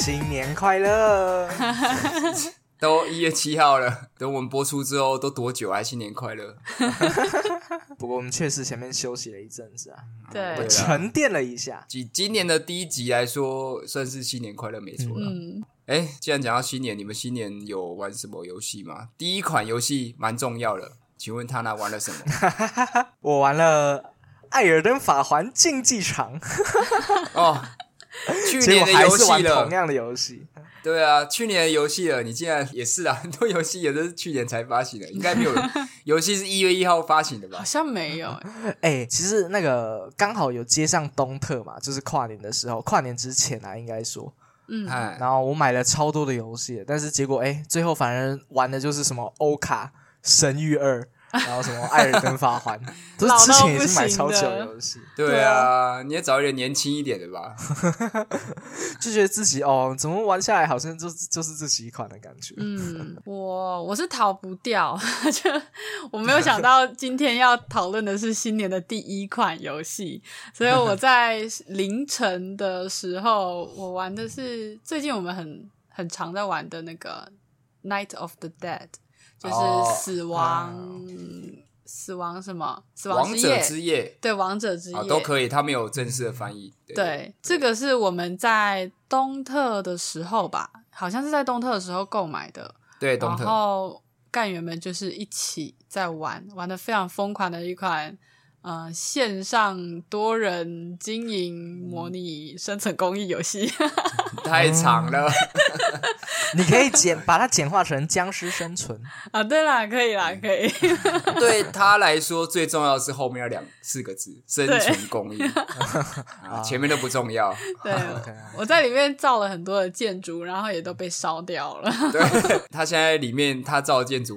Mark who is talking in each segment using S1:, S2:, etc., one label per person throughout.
S1: 新年快乐！
S2: 都一月七号了， 等我们播出之后都多久啊？新年快乐！
S1: 不过我们确实前面休息了一阵子啊，
S2: 对
S3: 对，
S2: 啊
S1: 沉淀了一下。
S2: 以今年的第一集来说，算是新年快乐没错了。
S3: 嗯，
S2: 哎、既然讲到新年，你们新年有玩什么游戏吗？第一款游戏蛮重要的，请问他那玩 了什么？
S1: 我玩了《艾尔登法环竞技场》，
S2: 哦，去
S1: 结
S2: 年
S1: 果
S2: 的
S1: 还
S2: 游
S1: 是玩
S2: 戏
S1: 同
S2: 了，
S1: 样的游戏。
S2: 对啊，去年的游戏了，你竟然也是啊，很多游戏也都是去年才发行的，应该没 有游戏是一月一号发行的吧
S3: 好？像 没有欸，
S1: 哎、其实那个刚好有接上冬特嘛，就是跨年的时候，跨年之前啊，应该说。
S3: 嗯，
S2: 哎，
S1: 然后我买了超多的游戏，但是结果哎、最后反而玩的就是什么欧卡、神域二，然后什么艾尔登法环， 都是之前也是买超久的游戏，
S2: 对啊，你也找一点年轻一点的吧。
S1: 就觉得自己哦，怎么玩下来好像就就是这几款的感觉。
S3: 嗯，我我是逃不掉， 就我 没有想到今天要讨论的是新年的第一款游戏，所以我在凌晨的时候，我玩的是最近我们很很常在玩的那个《Night of the Dead》，
S2: 哦
S3: 就是死亡、死亡什么死亡
S2: 王
S3: 之
S2: 者
S3: 夜，
S2: 之夜
S3: 对王者之夜、嗯
S2: 啊，都可以，他没有正式的翻译。
S3: 对，这个是我们在东特的时候吧，好像是在东特的时候购买的，
S2: 对，懂
S3: 然
S2: 特
S3: 后干员们就是一起在玩，玩的非常疯狂的一款。呃，线上多人经营
S1: 嗯
S3: 模拟生存公益游戏，
S2: 太长了，
S1: 你可以简 把它简化成僵尸生存，
S3: 啊，对啦，可以啦，可以， 嗯
S2: 对他来说最重要的是后面那两四个字“生存公 益”，啊前面都不重要。
S3: 对
S1: OK，
S3: 我在里面造了很多的建筑，然后也都被烧掉 了。
S2: 对他现在里面他造的建筑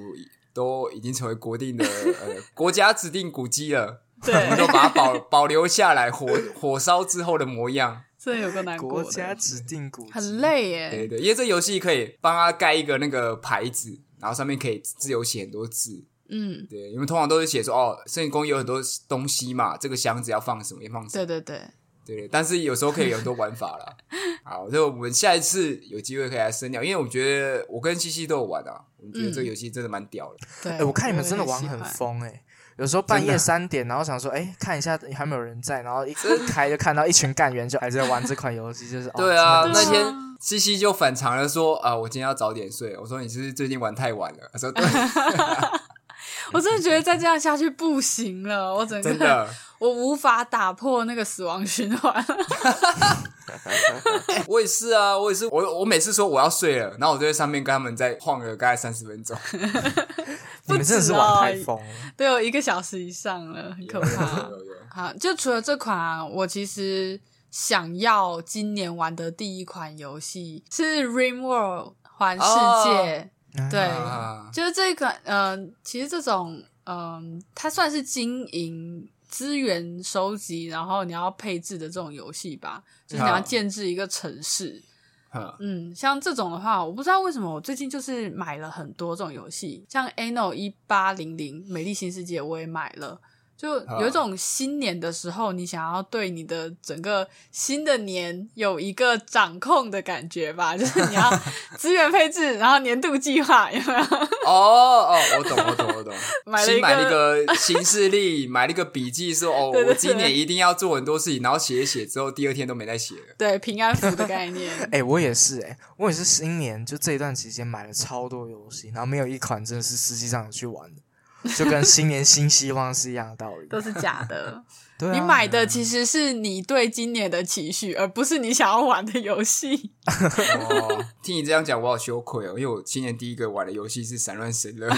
S2: 都已经成为国定的呃国家指定古迹了，我们都
S3: 对，
S2: 把它保保留下来，火火烧之后的模样。
S3: 真的有个难过
S1: 国
S3: 的，
S1: 家指定古迹
S3: 很累
S2: 对
S3: 耶。
S2: 对，因为这游戏可以帮他盖一个那个牌子，然后上面可以自由写很多字。
S3: 嗯，
S2: 对，因为通常都是写说哦，摄影工有很多东西嘛，这个箱子要放什么，要放什么。
S3: 对对对，
S2: 对，但是有时候可以有很多玩法 啦。好，所以我们下一次有机会可以来深聊，因为我觉得我跟西西都有玩啊，我们觉得
S3: 嗯
S2: 这个游戏真的蛮屌的。
S3: 对，
S1: 哎、我看你们
S3: 也
S1: 真的玩
S3: 喜
S1: 很
S3: 欢
S1: 疯哎、有时候半
S2: 真
S1: 夜
S2: 的啊
S1: 三点，然后想说，哎、看一下还没有人在，然后一一开就看到一群干员就还在玩这款游戏，就是
S2: 对啊，
S1: 哦真的
S2: 那
S1: 是
S3: 对啊
S2: 天西西就反常了说啊，我今天要早点睡。我说你是不是最近玩太晚了？他说对，
S3: 我
S1: 欸
S3: 真的觉得再这样下去不行了，我整
S2: 真
S3: 个
S2: 的。
S3: 我无法打破那个死亡循环。
S2: 哎我也是啊，我也是，我我每次说我要睡了，然后我就在上面跟他们再晃了大概三十分钟。
S1: 你们真的是
S3: 不止哦
S1: 玩太疯了。
S3: 都有一个小时以上了，很可怕
S2: 有。有有有
S3: 好，就除了这款、啊，我其实想要今年玩的第一款游戏是《Rim World》环世
S2: 哦
S3: 界，
S1: 哎
S3: 对，
S2: 啊，
S3: 就是这个，嗯、其实这种，嗯、它算是经营资源收集，然后你要配置的这种游戏吧，就是你要
S2: 啊
S3: 建制一个城市。
S2: 哼
S3: 嗯，像这种的话，我不知道为什么我最近就是买了很多这种游戏，像 Ano 一八零零《美丽新世界》我也买了。就
S1: 啊
S3: 有一种新年的时候，你想要对你的整个新的年有一个掌控的感觉吧，就是你 要资源配置，然后年度计划，有没有？
S2: 哦哦，我懂，我懂，我懂。
S3: 买了一
S2: 新买
S3: 个
S2: 了一个新势力，买了一个笔记说，哦，
S3: 对对
S2: 我
S3: 对
S2: 今年一定要做很多事情，然后写一写之后，第二天都没再写了。
S3: 对平安符的概念，
S1: 哎、我也是哎、我也是新年就这一段期间买了超多游戏，然后没有一款真的是实际上有去玩的，就跟新年新希望是一样的道理。
S3: 都是假的。
S1: 对、啊，
S3: 你买的其实是你对今年的期许，而不是你想要玩的游戏。
S2: 哦，听你这样讲，我好羞愧哦，因为我今年第一个玩的游戏是《散乱神 乐》，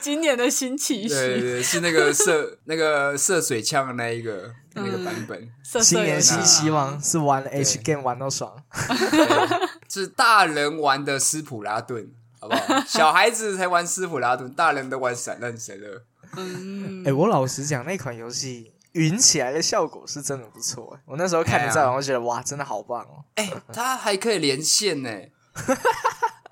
S3: 今年的新期
S2: 对对
S3: 许，
S2: 对，是那个射 那个射水枪的那一个
S3: 嗯
S2: 那个版本，
S3: 色色
S1: 新
S3: 游
S1: 年
S3: 戏
S1: 新
S3: 啊
S1: 希望是玩 H game 玩到爽，
S2: 对是大人玩的斯普拉顿，好不 好？小孩子才玩斯普拉顿，大人都玩《散乱神乐》。
S3: 嗯
S1: 哎、，我老实讲，那款游戏云起来的效果是真的不错、欸。我那时候看你在
S2: 哎
S1: 玩，
S2: 呀
S1: 我觉得哇，真的好棒哦、
S2: 哎、他还可以连线 呢、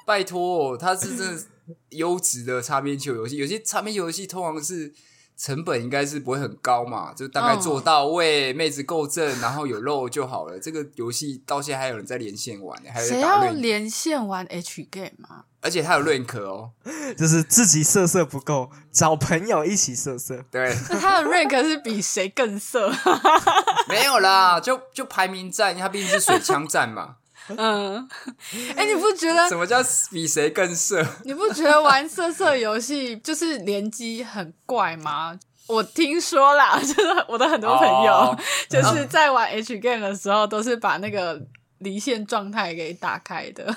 S2: 拜哦托、他是真的优质的擦边球游戏。有些擦边球游戏通常是成本应该是不会很高嘛，就大概
S3: 嗯
S2: 做到位，妹子够正，然后有肉就好了。这个游戏到现在还有人在连线玩，还有
S3: 谁
S2: 人打
S3: 要
S2: rank，
S3: 连线玩 H game 啊？
S2: 而且它有 rank 哦。
S1: 就是自己色色不够，找朋友一起色色。
S2: 对，
S3: 那他的 rank 是比谁更色？
S2: 没有啦，就就排名战，它毕竟是水枪战嘛。
S3: 嗯，哎、你不觉 得
S2: 什么叫比谁更色？
S3: 你不觉得玩色色游戏就是联机很怪吗？我听说啦， 就是我的很多朋友、
S2: 哦
S3: 就是在玩 H game 的时候，都是把那个离线状态给打 开的。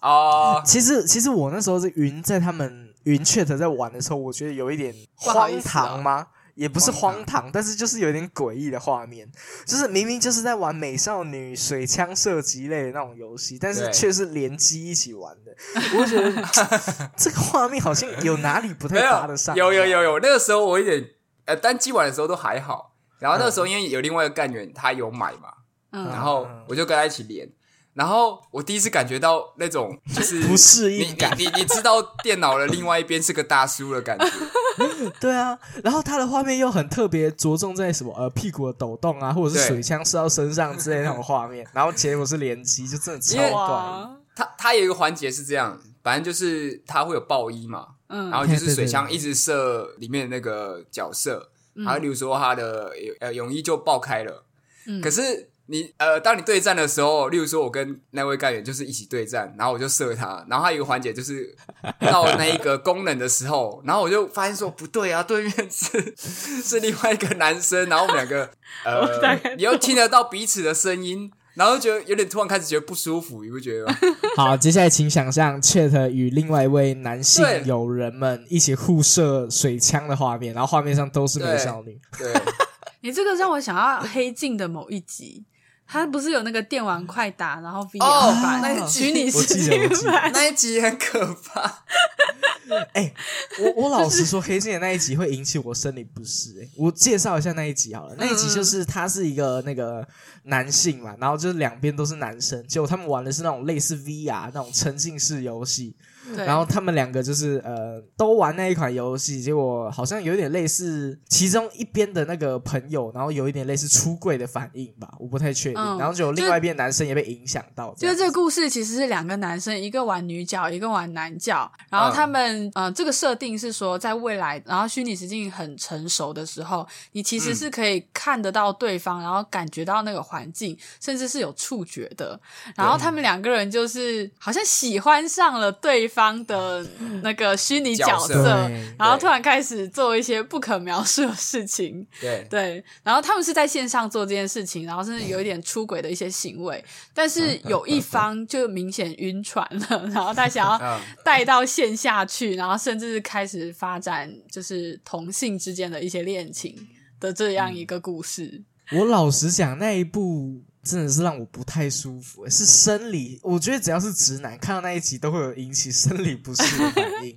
S2: 哦，
S1: 其实，其实我那时候是云在他们云雀在玩的时候，我觉得有一点
S3: 好
S1: 荒
S3: 意思哦
S1: 唐吗？ 也不是
S2: 荒
S1: 荒唐，但是就是有点诡异的画面，就是明明就是在玩美少女、水枪射击类的那种游戏，但是
S2: 对
S1: 却是联机一起玩的。我就觉得 这个画面好像有哪里不
S2: 没
S1: 太搭得
S2: 有，
S1: 上。啊
S2: 有有有有，那个时候我有点呃单机玩的时候都还好，然后那个时候因为有另外一个干员他有买嘛，然
S3: 嗯，
S2: 后我就跟他一起连。然后我第一次感觉到那种就是
S1: 不适
S2: 你
S1: 应感
S2: 你你你知道电脑的另外一边是个大叔的感觉，
S1: 对啊，然后它的画面又很特别，着重在什么呃屁股的抖动啊，或者是
S2: 对
S1: 水枪射到身上之类的那种画面，然后结果是联机，就真的超
S2: 因为
S1: 怪。
S3: 哇，
S2: 他他有一个环节是这样，反正就是他会有爆衣嘛，
S3: 嗯，
S2: 然后就是
S1: 对对
S2: 水
S1: 对
S2: 枪一直射里面的那个角色，
S3: 嗯
S2: 然后例如说他的呃泳衣就爆开了，
S3: 嗯
S2: 可是你呃当你对战的时候，例如说我跟那位干员就是一起对战，然后我就射他，然后他有一个环节就是到那一个功能的时候， 然后我就发现说不对啊，对面是是另外一个男生，然后我们两 个
S3: 我
S2: 呃
S3: 大概懂
S2: 你又听得到彼此的声音。然后就觉得有点突然开始觉得不舒服，你不觉得吗？
S1: 好，接下来请想象 Chat 与另外一位男性
S2: 对
S1: 友人们一起互射水枪的画面，然后画面上都是美少女。
S2: 对，
S3: 你这个让我想到黑镜的某一集，它不是有那个电玩快打，然后 VR
S2: 哦
S3: 版，
S2: 那一集
S3: 虚拟世
S1: 我
S3: 界
S1: 记得我记得
S3: 版，
S2: 那一集很可怕。
S1: 哎、我我老实说，黑镜的那一集会引起我生理不适、哎，我介绍一下那一集好了，那一集就是他是一个那个男性嘛，然后就是两边都是男生，结果他们玩的是那种类似 VR 那种沉浸式游戏，
S3: 对，
S1: 然后他们两个就是呃都玩那一款游戏，结果好像有点类似其中一边的那个朋友，然后有一点类似出柜的反应吧，我不太确定。
S3: 嗯
S1: 然后就有另外一边男生也被影响到，
S3: 就是
S1: 这
S3: 这
S1: 样
S3: 个故事其实是两个男生，一个玩女角，一个玩男角。然后
S2: 嗯
S3: 他们、呃，这个设定是说，在未来，然后虚拟实境很成熟的时候，你其实
S2: 嗯
S3: 是可以看得到对方，然后感觉到那个环境，甚至是有触觉的。然后他们两个人就是好像喜欢上了对方的那个虚拟角
S2: 角色
S3: 色
S1: 对，
S3: 然后
S2: 对
S3: 突然开始做一些不可描述的事情。
S2: 对，
S3: 对，然后他们是在线上做这件事情，然后甚至有一点出轨的一些行为，但是有一方就明显晕船了，然后他想要
S2: 嗯
S3: 带到线下去，然后甚至开始发展就是同性之间的一些恋情的这样一个故事。
S1: 我老实讲，那一部真的是让我不太舒服，是生理。我觉得只要是直男看到那一集，都会有引起生理不适的反 应。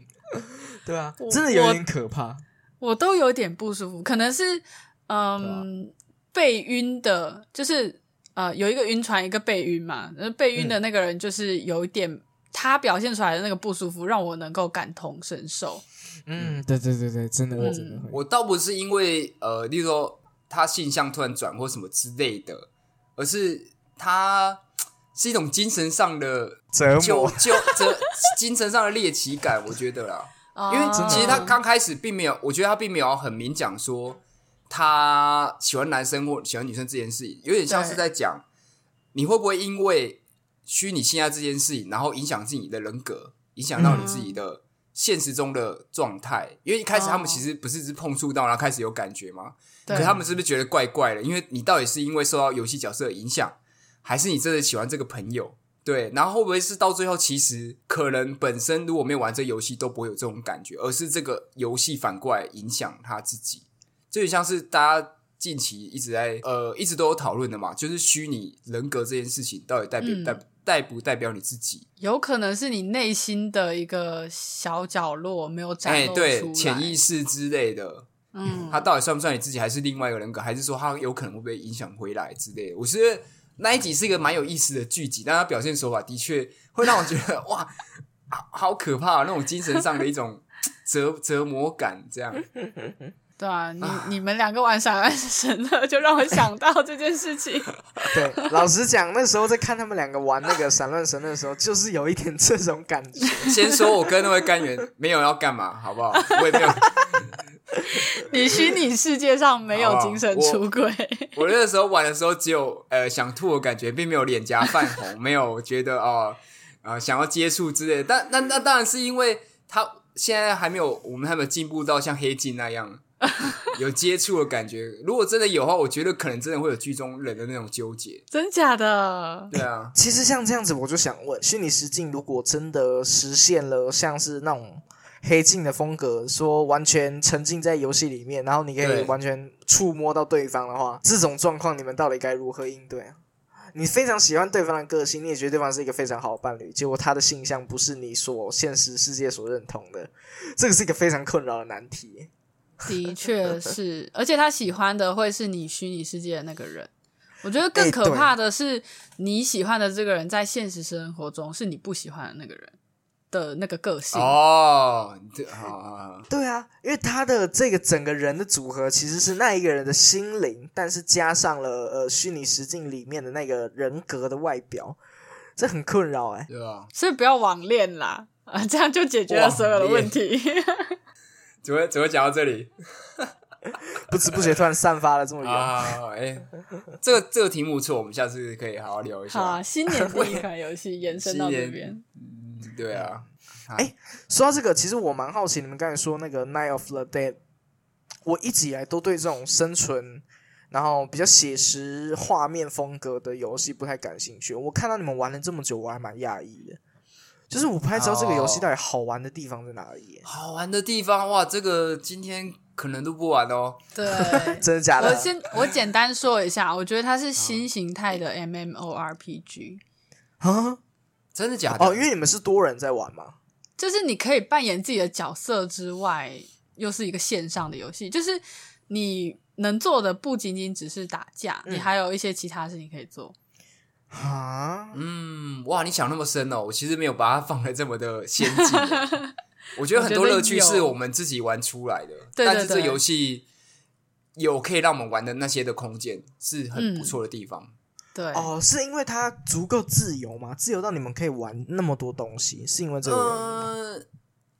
S1: 对啊
S3: 我，
S1: 真的有点可怕。
S3: 我都有点不舒服，可能是嗯、被晕的，就是呃有一个晕船，一个被晕嘛，呃被晕的那个人就是有一点。他表现出来的那个不舒服，让我能够感同身受。
S1: 嗯，对对对对，真的会，
S3: 嗯
S1: 真的会。
S2: 我倒不是因为呃，例如说他性向突然转或什么之类的，而是他是一种精神上的
S1: 折
S2: 就就这精神上的猎奇感，我觉得啦。因为
S1: 真的
S2: 其实他
S3: 哦
S2: 刚开始并没有，我觉得他并没有很明讲说他喜欢男生或喜欢女生这件事情，有点像是
S3: 对
S2: 在讲你会不会因为虚拟性爱这件事情，然后影响自己的人格，影响到你自己的现实中的状态。因为一开始他们
S3: 哦
S2: 其实不是只是碰触到，然后开始有感觉吗？
S3: 对
S2: 可他们是不是觉得怪怪的？因为你到底是因为受到游戏角色的影响，还是你真的喜欢这个朋友？对，然后会不会是到最后，其实可能本身如果没有玩这游戏，都不会有这种感觉，而是这个游戏反过来影响他自己。这就像是大家近期一直在呃一直都有讨论的嘛，就是虚拟人格这件事情到底代表、
S3: 嗯
S2: 代代不代表你自己？
S3: 有可能是你内心的一个小角落没有展
S2: 哎，
S3: 露出来，
S2: 对，潜意识之类的，
S3: 嗯，
S2: 它到底算不算你自己，还是另外一个人格，还是说它有可能会被影响回来之类的？我觉得那一集是一个蛮有意思的剧集，但它表现手法的确会让我觉得 哇，好好可怕、那种精神上的一种折折磨感，这样。
S3: 对啊，你你们两个玩闪暗神了，就让我想到这件事 情。
S1: 对，老实讲，那时候在看他们两个玩那个闪乱神的时候，就是有一点这种感觉。
S2: 先说我跟那位干员没有要干嘛，好不好？我也没有，
S3: 你虚拟世界上没有精神出轨，
S2: 我那个时候玩的时候只有呃想吐的感觉，并没有脸颊泛红， 没有觉得哦呃想要接触之类的。但那那当然是因为他现在还没有，我们还没有进步到像黑镜那样。有接触的感觉，如果真的有的话，我觉得可能真的会有剧中人的那种纠结。
S3: 真假的？
S2: 对啊，
S1: 其实像这样子，我就想问，虚拟实境如果真的实现了像是那种黑镜的风格，说完全沉浸在游戏里面，然后你可以
S2: 对
S1: 完全触摸到对方的话，这种状况你们到底该如何应对啊？你非常喜欢对方的个性，你也觉得对方是一个非常好的伴侣，结果他的性向不是你所现实世界所认同的，这个是一个非常困扰的难题耶。
S3: 的确是，而且他喜欢的会是你虚拟世界的那个人。我觉得
S1: 哎
S3: 更可
S1: 对
S3: 怕的是，你喜欢的这个人在现实生活中是你不喜欢的那个人的那个个 性。
S2: 哦，这好好好
S1: 对啊，因为他的这个整个人的组合其实是那一个人的心灵，但是加上了呃虚拟实境里面的那个人格的外表，这很困扰哎、
S2: 对吧？
S3: 所以不要网恋啦， 啊，这样就解决了所有的问 题。
S2: 怎么怎么讲到这里
S1: 不知不觉突然散发了这么远。
S2: 啊？哎，这个这个题目不错，我们下次可以好好聊一
S3: 好啊，
S2: 下。
S3: 新年第一款游戏延伸到这
S2: 新
S3: 边
S2: 年，嗯，对啊，
S1: 说到这个，其实我蛮好奇，你们刚才说那个《Night of the Dead》，我一直以来都对这种生存，然后比较写实画面风格的游戏不太感兴趣。我看到你们玩了这么久，我还蛮讶异的，就是我不太知道这个游戏到底好玩的地方在哪里耶、
S2: 好玩的地方哇，这个今天可能录不完哦。
S3: 对，
S1: 真的假的？
S3: 我先我简单说一下，我觉得它是新形态的 MMORPG，
S1: 啊，
S2: 真的假的？
S1: 哦，因为你们是多人在玩嘛，
S3: 就是你可以扮演自己的角色之外，又是一个线上的游戏，就是你能做的不仅仅只是打架，
S1: 嗯
S3: 你还有一些其他事情可以做。
S1: 啊，
S2: 嗯，哇，你想那么深哦，我其实没有把它放的这么的先进。我觉得很
S3: 我
S2: 多
S3: 觉得
S2: 乐趣
S3: 有
S2: 是我们自己玩出来的，
S3: 对对
S2: 但是这
S3: 对
S2: 游戏有可以让我们玩的那些的空间是很不错的地方。
S3: 对，
S1: 哦，是因为它足够自由吗？自由到你们可以玩那么多东西，是因为这个原因吗？
S2: 嗯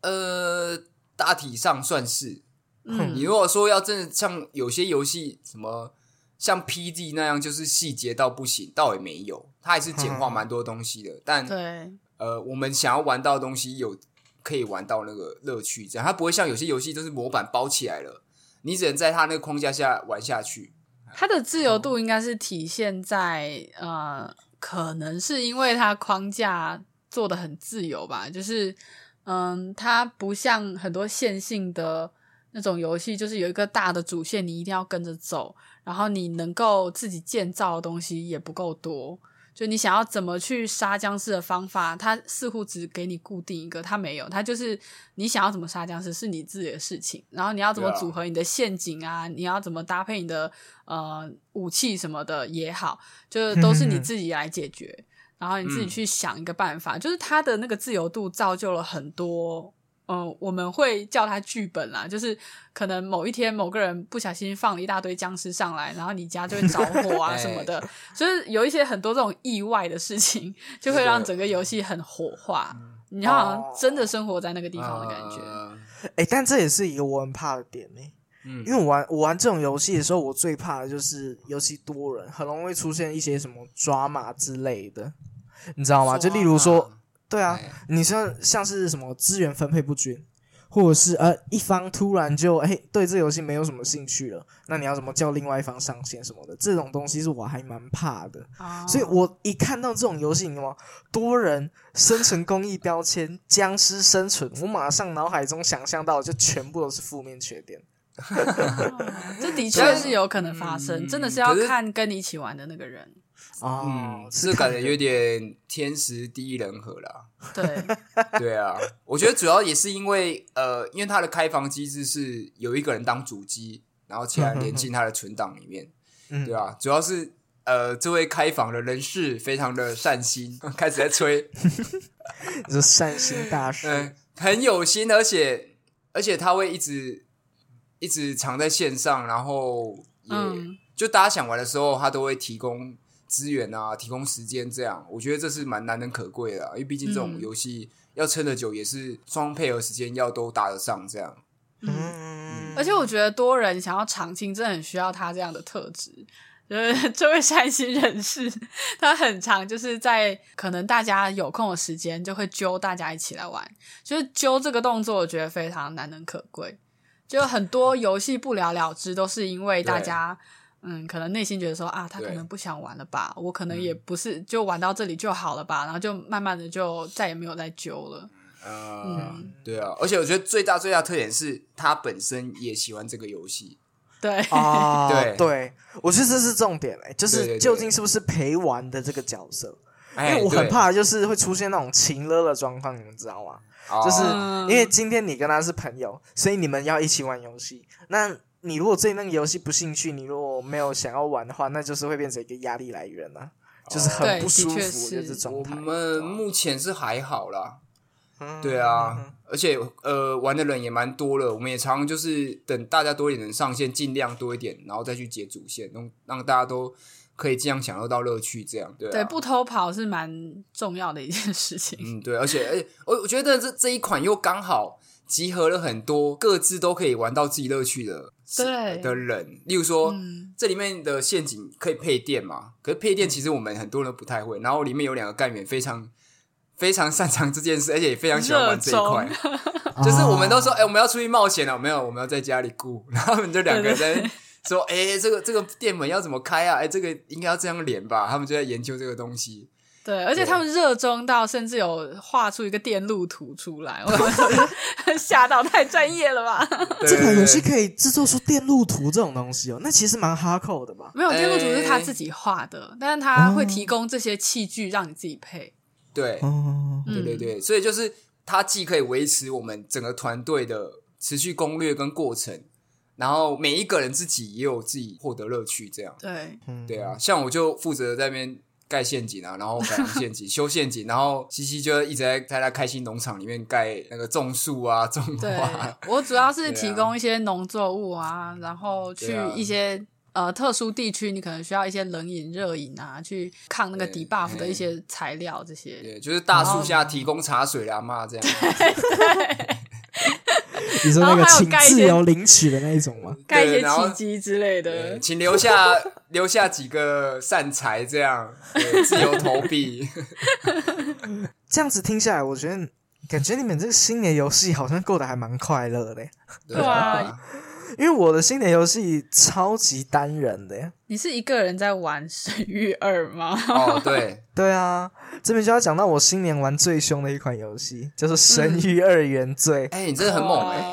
S2: 呃，大体上算是。你
S3: 嗯，
S2: 如果说要真的像有些游戏什么像 PG 那样，就是细节到不行，倒也没有，它还是简化蛮多东西的，但
S3: 嗯对，
S2: 呃，我们想要玩到的东西有可以玩到那个乐趣，这样它不会像有些游戏就是模板包起来了，你只能在它那个框架下玩下去。
S3: 它的
S2: 嗯
S3: 自由度应该是体现在呃，可能是因为它框架做的很自由吧，就是嗯，它不像很多线性的那种游戏，就是有一个大的主线你一定要跟着走，然后你能够自己建造的东西也不够多。就你想要怎么去杀僵尸的方法，它似乎只给你固定一个，它没有，它就是你想要怎么杀僵尸是你自己的事情，然后你要怎么
S2: 对啊
S3: 组合你的陷阱啊，你要怎么搭配你的呃武器什么的也好，
S1: 嗯
S3: 就是都是你自己来解决，然后你自己去想一个办法。就是它的那个自由度造就了很多，嗯、我们会叫它剧本啦，就是可能某一天某个人不小心放了一大堆僵尸上来，然后你家就会着火 啊
S2: 哎
S3: 什么的，就是有一些很多这种意外的事情，就会让整个游戏很火化。
S1: 嗯
S3: 你好像真的生活在那个地方的感觉，
S2: 呃
S1: 哎、但这也是一个我很怕的点呢、
S2: 嗯
S1: 因为我玩我玩这种游戏的时候，我最怕的就是尤其多人，很容易出现一些什么抓马之类的，你知道吗？就例如说，，对啊，
S2: 哎
S1: 你像像是什么资源分配不均，或者是呃一方突然就哎对这游戏没有什么兴趣了，那你要怎么叫另外一方上线什么的，这种东西是我还蛮怕的。
S2: 哦
S3: 啊
S1: 所以我一看到这种游戏，你知道吗？多人生存公益标签、僵尸生存，我马上脑海中想象到的就全部都是负面缺点。
S3: 啊这的确是有可能发生，
S2: 嗯
S3: 真的是要
S2: 可是
S3: 看跟你一起玩的那个人。
S1: 哦
S2: 嗯，，
S1: 是
S2: 是感
S1: 看
S2: 觉有点天时地利人和啦。
S3: 对，
S2: 对啊，我觉得主要也是因为呃，因为它的开房机制是有一个人当主机，然后其他人连进他的存档里面，
S1: 嗯
S2: 对啊，主要是呃，这位开房的人士非常的善心， 开始在吹，
S1: 你
S2: 嗯
S1: 说善心大师，
S2: 嗯，很有心，而且而且他会一直一直藏在线上，然后也、
S3: 嗯
S2: 就大家想玩的时候，他都会提供资源啊，提供时间，这样我觉得这是蛮难能可贵的啊、因为毕竟这种
S3: 嗯
S2: 游戏要撑得久，也是双方配合时间要都搭得上，这样
S3: 嗯，
S1: 嗯
S3: 而且我觉得多人想要长青，真的很需要他这样的特质。 就是这位善心人士，他很常就是在可能大家有空的时间，就会揪大家一起来玩。就是揪这个动作，我觉得非常难能可贵。就很多游戏不了了之，都是因为大家。嗯，可能内心觉得说啊，他可
S2: 对
S3: 能不想玩了吧，我可能也
S2: 嗯
S3: 不是就玩到这里就好了吧，然后就慢慢的就再也没有再揪了。
S2: 呃，
S3: 嗯
S2: 对啊，而且我觉得最大最大特点是他本身也喜欢这个游戏，
S3: 对，
S2: 哦
S1: 啊，
S2: 对
S1: 对，我觉得这是重点哎、就
S2: 对对
S1: 是
S2: 对
S1: 究竟是不是陪玩的这个角色？
S2: 哎，
S1: 因为我很
S2: 对，
S1: 怕就是会出现那种情勒的状况，你们知道吗？
S2: 哦
S1: 就是
S3: 嗯
S1: 因为今天你跟他是朋友，所以你们要一起玩游戏。那你如果对那个游戏不兴趣，你如果没有想要玩的话，那就是会变成一个压力来源啊，就是
S3: 哦对
S1: 很不
S3: 的
S1: 舒服。
S3: 确
S1: 我觉得
S3: 是
S1: 这状
S2: 我
S1: 态，啊
S2: 们目前是还好啦，
S1: 嗯
S2: 对啊，，而且呃，玩的人也蛮多了，我们也常常就是等大家多一点人上线，尽量多一点，然后再去解主线，让让大家都可以尽量享受到乐趣，这样对、啊、
S3: 对，不偷跑是蛮重要的一件事情。
S2: 嗯，对，而且，而且我我觉得这这一款又刚好集合了很多各自都可以玩到自己乐趣的
S3: 对
S2: 的人，例如说、
S3: 嗯
S2: 这里面的陷阱可以配电嘛，可是配电其实我们很多人都不太会，然后里面有两个干员非常非常擅长这件事，而且也非常喜欢玩这一块
S3: 热，
S2: 就是我
S1: 啊
S2: 们都说，哎、我们要出去冒险了，没有，我们要在家里顾， 然后他们就两个
S3: 对对
S2: 人。 说，哎、这个这个电门要怎么开啊？哎、这个应该要这样连吧？他们就在研究这个东西。
S3: 对，而且他们热衷到甚至有画出一个电路图出来， 我们吓到太专业了吧？
S2: 对
S1: 这
S2: 对
S1: 款
S2: 对
S1: 游戏可以制作出电路图这种东西哦，那其实蛮哈扣的吧？
S3: 没有，电路图是他自己画的，但是他会提供这些器具让你自己配。
S2: 对，
S1: 哦，
S2: 对
S3: 嗯
S2: 对，对，所以就是它既可以维持我们整个团队的持续攻略跟过程，然后每一个人自己也有自己获得乐趣，这样。
S3: 对，
S1: 嗯
S2: 对啊，像我就负责在那边盖陷阱啊，然后改良陷 阱、修陷阱，然后西西就一直在在他开心农场里面盖那个种树啊、种花
S3: 对
S2: 啊。
S3: 我主要
S2: 对
S3: 是
S2: 啊
S3: 提供一些农作物啊，然后去
S2: 对啊
S3: 一些、呃特殊地区，你可能需要一些冷饮、热饮啊，去抗那个
S2: 对
S3: debuff
S2: 嘿
S3: 的一些材料这些。
S2: 对，就是大树下提供茶水啦，妈 这样。
S1: 你说那
S3: 然后
S1: 个
S3: 还有
S1: 请
S3: 盖一
S1: 自
S3: 些
S1: 由领取的那一种吗？
S3: 盖一些
S2: 然后
S3: 奇迹之类
S2: 对
S3: 的，
S2: 请留下留下几个善财，这样对自由投 币。
S1: 这样子听下来，我觉得感觉你们这个新年游戏好像过得还蛮快乐的耶，欸
S2: 对
S3: 哇
S2: 啊，
S1: 因为我的新年游戏超级单人的耶。
S3: 你是一个人在玩《神域二》吗？
S2: 哦，对，
S1: 对啊，这边就要讲到我新年玩最凶的一款游戏，就是《
S2: 嗯
S1: 神域二元罪》
S2: 哎、你真的很猛哎、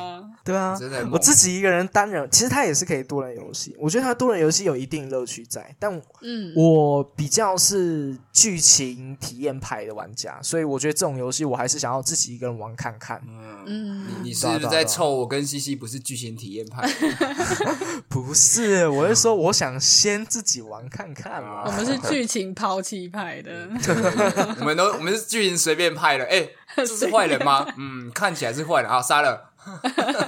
S1: 对啊
S2: 你，真的很猛。
S1: 我自己一个人单人，其实它也是可以多人游戏。我觉得它多人游戏有一定乐趣在，但
S3: 嗯，
S1: 我比较是剧情体验派的玩家，所以我觉得这种游戏我还是想要自己一个人玩看看。
S2: 嗯，
S3: 嗯
S2: 你你是不是在臭我跟西西不是剧情体验派？
S1: 不是，我是说我想先自己玩看看嘛。
S3: 我
S2: 啊
S3: 们是剧情抛弃派的，
S2: 我们都我们是剧情随便派的。哎、 这是坏人吗？嗯，看起来是坏人啊，杀了。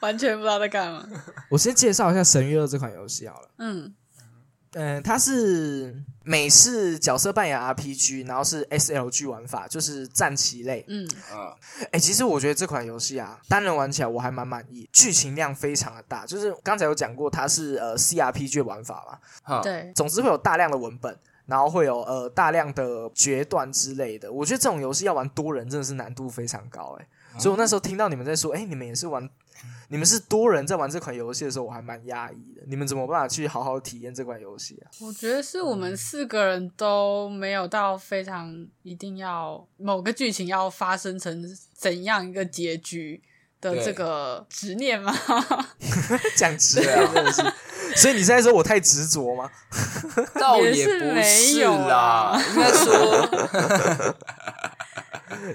S3: 完全不知道在干嘛。
S1: 我先介绍一下《神域二》这款游戏好了。
S3: 嗯
S1: 嗯，它是美式角色扮演 RPG，然后是 SLG 玩法，就是战棋类。
S3: 嗯，
S2: 嗯，
S1: 哎、其实我觉得这款游戏啊，单人玩起来我还蛮满意，剧情量非常的大。就是刚才有讲过，它是呃 CRPG 的玩法嘛，
S2: 哈，
S3: 对，
S1: 总之会有大量的文本，然后会有呃大量的决断之类的。我觉得这种游戏要玩多人真的是难度非常高哎、所以我那时候听到你们在说，哎、你们也是玩，你们是多人在玩这款游戏的时候，我还蛮压抑的。你们怎么办法去好好体验这款游戏啊？
S3: 我觉得是我们四个人都没有到非常一定要某个剧情要发生成怎样一个结局的
S2: 对
S3: 这个执念吗？
S1: 讲直
S2: 对啊
S1: 了真的是。所以你现在说我太执着吗？
S2: 倒
S3: 也是
S2: 不
S3: 没
S2: 是
S3: 有
S2: 啦
S3: 啊，
S2: 应该 说，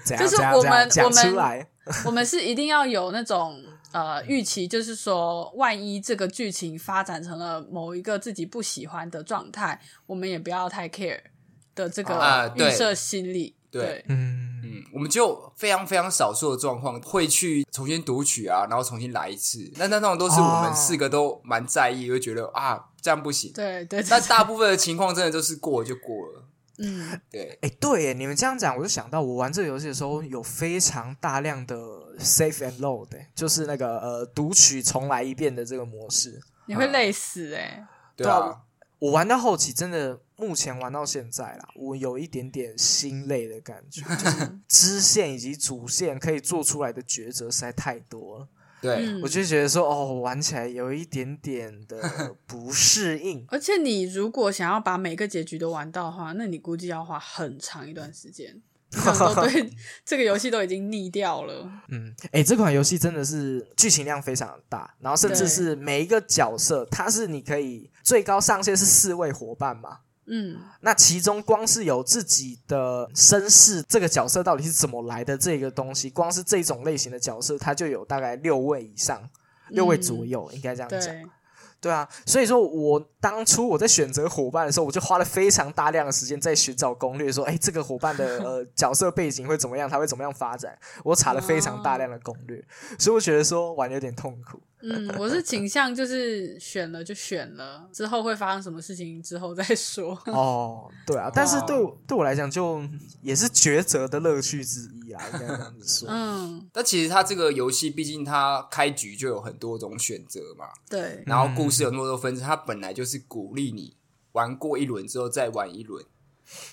S1: 怎
S3: 就
S1: 样
S3: 是
S1: 怎样
S3: 我
S1: 怎样
S3: 们我
S1: 讲
S3: 们
S1: 出来？
S3: 我们是一定要有那种呃预期，就是说，万一这个剧情发展成了某一个自己不喜欢的状态，我们也不要太 care 的这
S2: 啊
S3: 个
S2: 对
S3: 预设心理。
S2: 对
S3: 对，
S1: 嗯，
S2: 嗯，我们就非常非常少数的状况会去重新读取啊，然后重新来一次。那那那种都是我们四个都蛮在意，会觉得啊这样不行。
S3: 哦对对，
S2: 但大部分的情况真的都是过了就过了。
S3: 嗯，
S2: 对，
S1: 哎，对耶，你们这样讲，我就想到我玩这个游戏的时候有非常大量的 save and load，耶就是那个呃读取重来一遍的这个模式。
S3: 你
S2: 嗯
S3: 会累死哎、
S2: 对
S1: 对啊
S2: 啊，
S1: 我玩到后期，真的目前玩到现在啦，我有一点点心累的感 觉，就是支线以及主线可以做出来的抉择实在太多了，
S2: 对，
S3: 嗯，
S1: 我就觉得说哦，玩起来有一点点的不适应。
S3: 而且你如果想要把每个结局都玩到的话，那你估计要花很长一段时间，你可 能都对这个游戏都已经腻掉了。
S1: 嗯，哎，这款游戏真的是剧情量非常大，然后甚至
S3: 对
S1: 是每一个角色，它是你可以最高上限是四位伙伴嘛，
S3: 嗯，
S1: 那其中光是有自己的身世，这个角色到底是怎么来的这个东西，光是这种类型的角色，它就有大概六位以上，六位左右，应该这样讲。
S3: 对，
S1: 对啊，所以说我当初我在选择伙伴的时候，我就花了非常大量的时间在寻找攻略，说，哎，这个伙伴的呃角色背景会怎么样，他会怎么样发展，我查了非常大量的攻略，所以我觉得说玩有点痛苦。
S3: 嗯，我是倾向就是选了就选了，之后会发生什么事情之后再说。
S2: 嗯
S1: 哦，对啊，但是对我
S2: 哦
S1: 对我来讲，就也是抉择的乐趣之一啊，应该这样子 说。
S3: 嗯，
S2: 但其实它这个游戏，毕竟它开局就有很多种选择嘛，
S3: 对，
S2: 然后
S3: 嗯
S2: 故事有那么多分支，它本来就是鼓励你玩过一轮之后再玩一轮，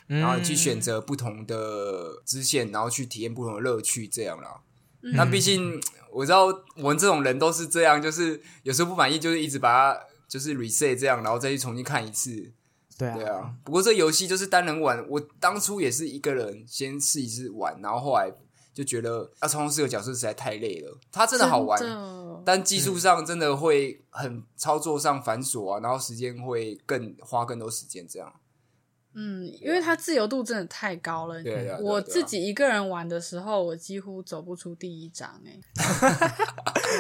S1: 嗯
S2: 然后你去
S3: 嗯
S2: 选择不同的支线，然后去体验不同的乐趣，这样啦。
S3: 嗯
S2: 那毕竟我知道我们这种人都是这样，就是有时候不满意，就是一直把它就是 reset 这样，然后再去重新看一次。
S1: 对啊，
S2: 对啊，不过这游戏就是单人玩，我当初也是一个人先试一试玩，然后后来就觉得啊要操控四个角色实在太累了，它真的好玩，
S3: 真的嗯
S2: 但技术上真的会很操作上繁琐啊，然后时间会更花更多时间这样。
S3: 嗯，因为它自由度真的太高了。
S2: 对啊对啊对啊
S3: 我自己一个人玩的时候，我几乎走不出第一章哎、欸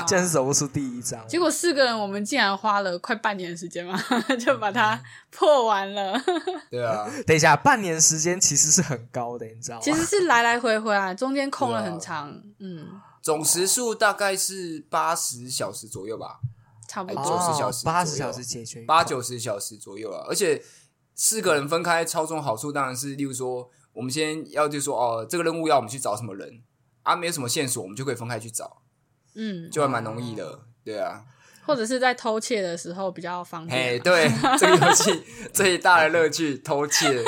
S1: 竟然是走不出第一章。
S3: 结果四个人，我们竟然花了快半年的时间嘛， 就把它破完 了。
S2: 对啊，
S1: 等一下，半年时间其实是很高的，你知道吗？
S3: 其实是来来回回啊，中间空了
S2: 对啊
S3: 很长，嗯，
S2: 总时数大概是八十小时左右吧，
S3: 差不
S2: 哎
S3: 多。
S2: 90小
S1: 哦
S2: 时
S1: 八十
S2: 左右
S1: 小时解决
S2: 八九十小时左右啊了。而且四个人分开操纵好处当然是，例如说我们先要就说哦，这个任务要我们去找什么人啊，没有什么线索，我们就可以分开去找，
S3: 嗯，
S2: 就还蛮容易的。对啊，
S3: 或者是在偷窃的时候比较方
S2: 嘿，
S3: 便
S2: 对，
S3: 啊。
S2: 这个游戏最大的乐趣偷窃。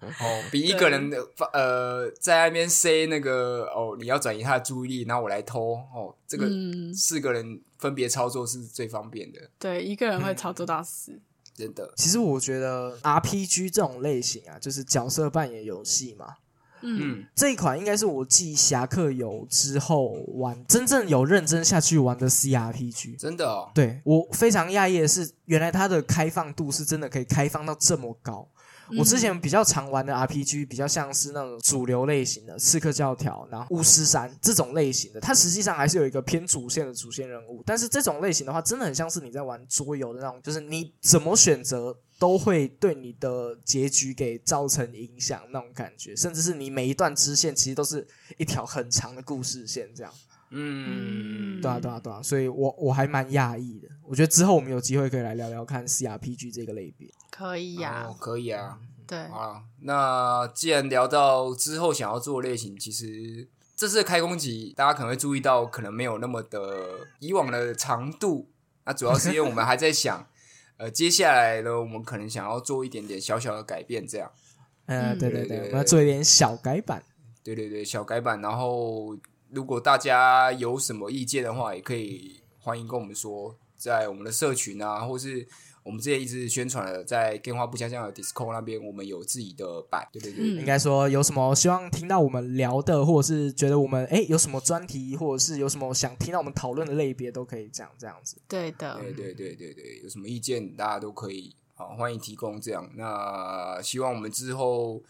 S2: 哦，比一个人的呃，在那边 say 那个哦，你要转移他的注意力，然后我来偷哦，这个
S3: 嗯，
S2: 四个人分别操作是最方便的，
S3: 对，一个人会操作到死。
S2: 真的。
S1: 其实我觉得 RPG 这种类型啊，就是角色扮演游戏嘛。
S3: 嗯，
S2: 嗯，
S1: 这一款应该是我继《侠客游》之后玩真正有认真下去玩的 CRPG。
S2: 真的哦，
S1: 对我非常讶异的是，原来它的开放度是真的可以开放到这么高。我之前比较常玩的 RPG 比较像是那种主流类型的《刺客教条》，然后《巫师三》这种类型的，它实际上还是有一个偏主线的主线任务。但是这种类型的话，真的很像是你在玩桌游的那种，就是你怎么选择都会对你的结局给造成影响那种感觉，甚至是你每一段支线其实都是一条很长的故事线这样。
S2: 嗯，
S3: 嗯
S1: 对啊，对啊，对啊，所以我我还蛮讶异的。我觉得之后我们有机会可以来聊聊看 CRPG 这个类别。
S3: 可以呀、
S2: 哦，可以啊，
S3: 对，
S2: 好啦，那既然聊到之后想要做的类型，其实这次的开工集大家可能会注意到，可能没有那么的以往的长度。那主要是因为我们还在想，呃，接下来呢，我们可能想要做一点点小小的改变，这样，
S1: 呃，
S3: 嗯
S1: 对对对，
S2: 对对
S1: 我们要
S2: 对
S1: 做一点小改版。
S2: 对对对，小改版。然后，如果大家有什么意见的话，也可以欢迎跟我们说，在我们的社群啊，或是。我们之前一直宣传的，在电话不相像的 Discord 那边，我们有自己的版，对对对，
S3: 嗯
S1: 应该说有什么希望听到我们聊的，或者是觉得我们哎有什么专题，或者是有什么想听到我们讨论的类别，都可以讲这样子。
S3: 对的，
S2: 对对对对对，有什么意见大家都可以好欢迎提供这样。那希望我们之后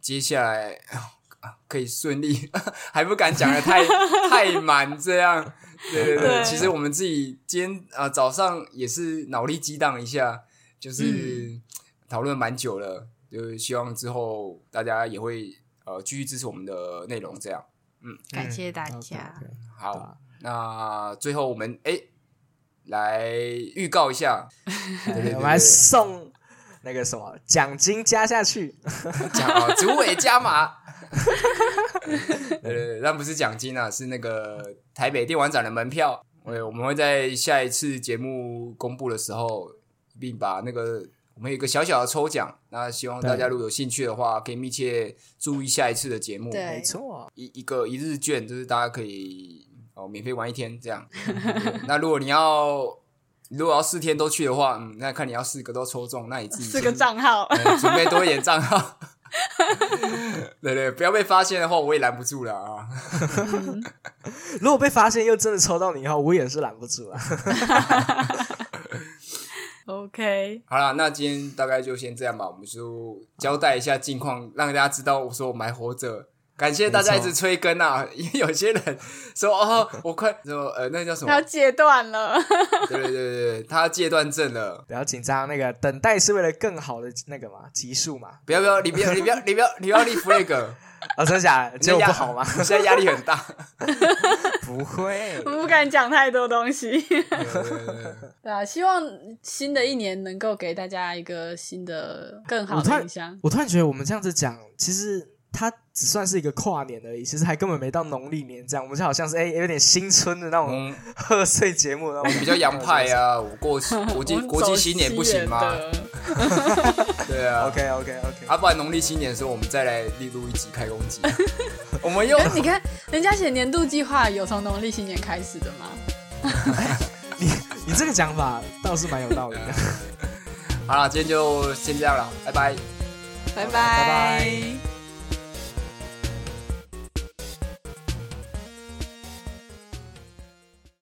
S2: 接下来啊可以顺利， 还不敢讲的太太满这样。对对对，
S3: 对
S2: 其实我们自己今天啊、早上也是脑力激荡一下，
S1: 嗯
S2: 就是讨论蛮久了，就是希望之后大家也会。呃继续支持我们的内容，这样。
S3: 感谢大
S1: 嗯
S3: 家。
S1: ，OK，OK，
S2: 好，
S1: 对啊
S2: 那最后我们哎、来预告一下， 对对对
S1: 我
S2: 对
S1: 们还送那个什么奖金加下去，
S2: 讲啊，主委加 码。呃，那不是奖金啊，是那个台北电玩展的门票。呃，我们会在下一次节目公布的时候，并把那个我们有一个小小的抽奖。那希望大家
S1: 对
S2: 如果有兴趣的话，可以密切注意下一次的节目。
S3: 对
S1: 没错，
S2: 一一个一日券，就是大家可以哦免费玩一天这样。对那如果你要如果要四天都去的话，嗯，那看你要四个都抽中，那你自己
S3: 四
S2: 先
S3: 个账号，
S2: 嗯准备多一点账号。 对对，不要被发现的话，我也拦不住了啊！
S1: 如果被发现又真的抽到你以后，我也是拦不住啊。
S3: OK，
S2: 好啦，那今天大概就先这样吧，我们就交代一下近况，让大家知道我说我们还活着。感谢大家
S1: 没
S2: 一
S1: 错
S2: 直催更啊， 因为有些人说哦，我快说呃，那个叫什么
S3: 要？戒断了。
S2: 对对对对，对他戒断症了。
S1: 不要紧张，那个等待是为了更好的那个嘛，级数嘛。
S2: 不要不要，你不要你不要你不要你不要立 flag，
S1: 啊，真的假的？结
S2: 这
S1: 果不
S2: 样
S1: 好吗？
S2: 现在压力很大。
S1: 不会
S3: 我，不敢讲太多东西。
S2: 对对对对
S3: 对啊，希望新的一年能够给大家一个新的、更好
S1: 我突
S3: 的
S1: 然
S3: 印象。
S1: 我突然觉得我们这样子讲，其实它只算是一个跨年而已，其实还根本没到农历年这样，我们就好像是哎、有点新春的那种
S2: 嗯，
S1: 贺岁节目那
S2: 我
S1: 种，
S2: 比较洋派。 啊，我过国际
S3: 我们
S2: 国际
S3: 走
S2: 新年不行吗
S3: 西？元的
S2: 对啊
S1: OK OK OK，
S2: 啊，不然农历新年的时候，我们再来例如一集开工机。我们又
S3: 可哎是你看，人家写年度计划有从农历新年开始的吗？
S1: 你你这个讲法倒是蛮有道理的。
S2: 好了，今天就先这样了，拜拜。
S3: 拜拜
S1: 拜拜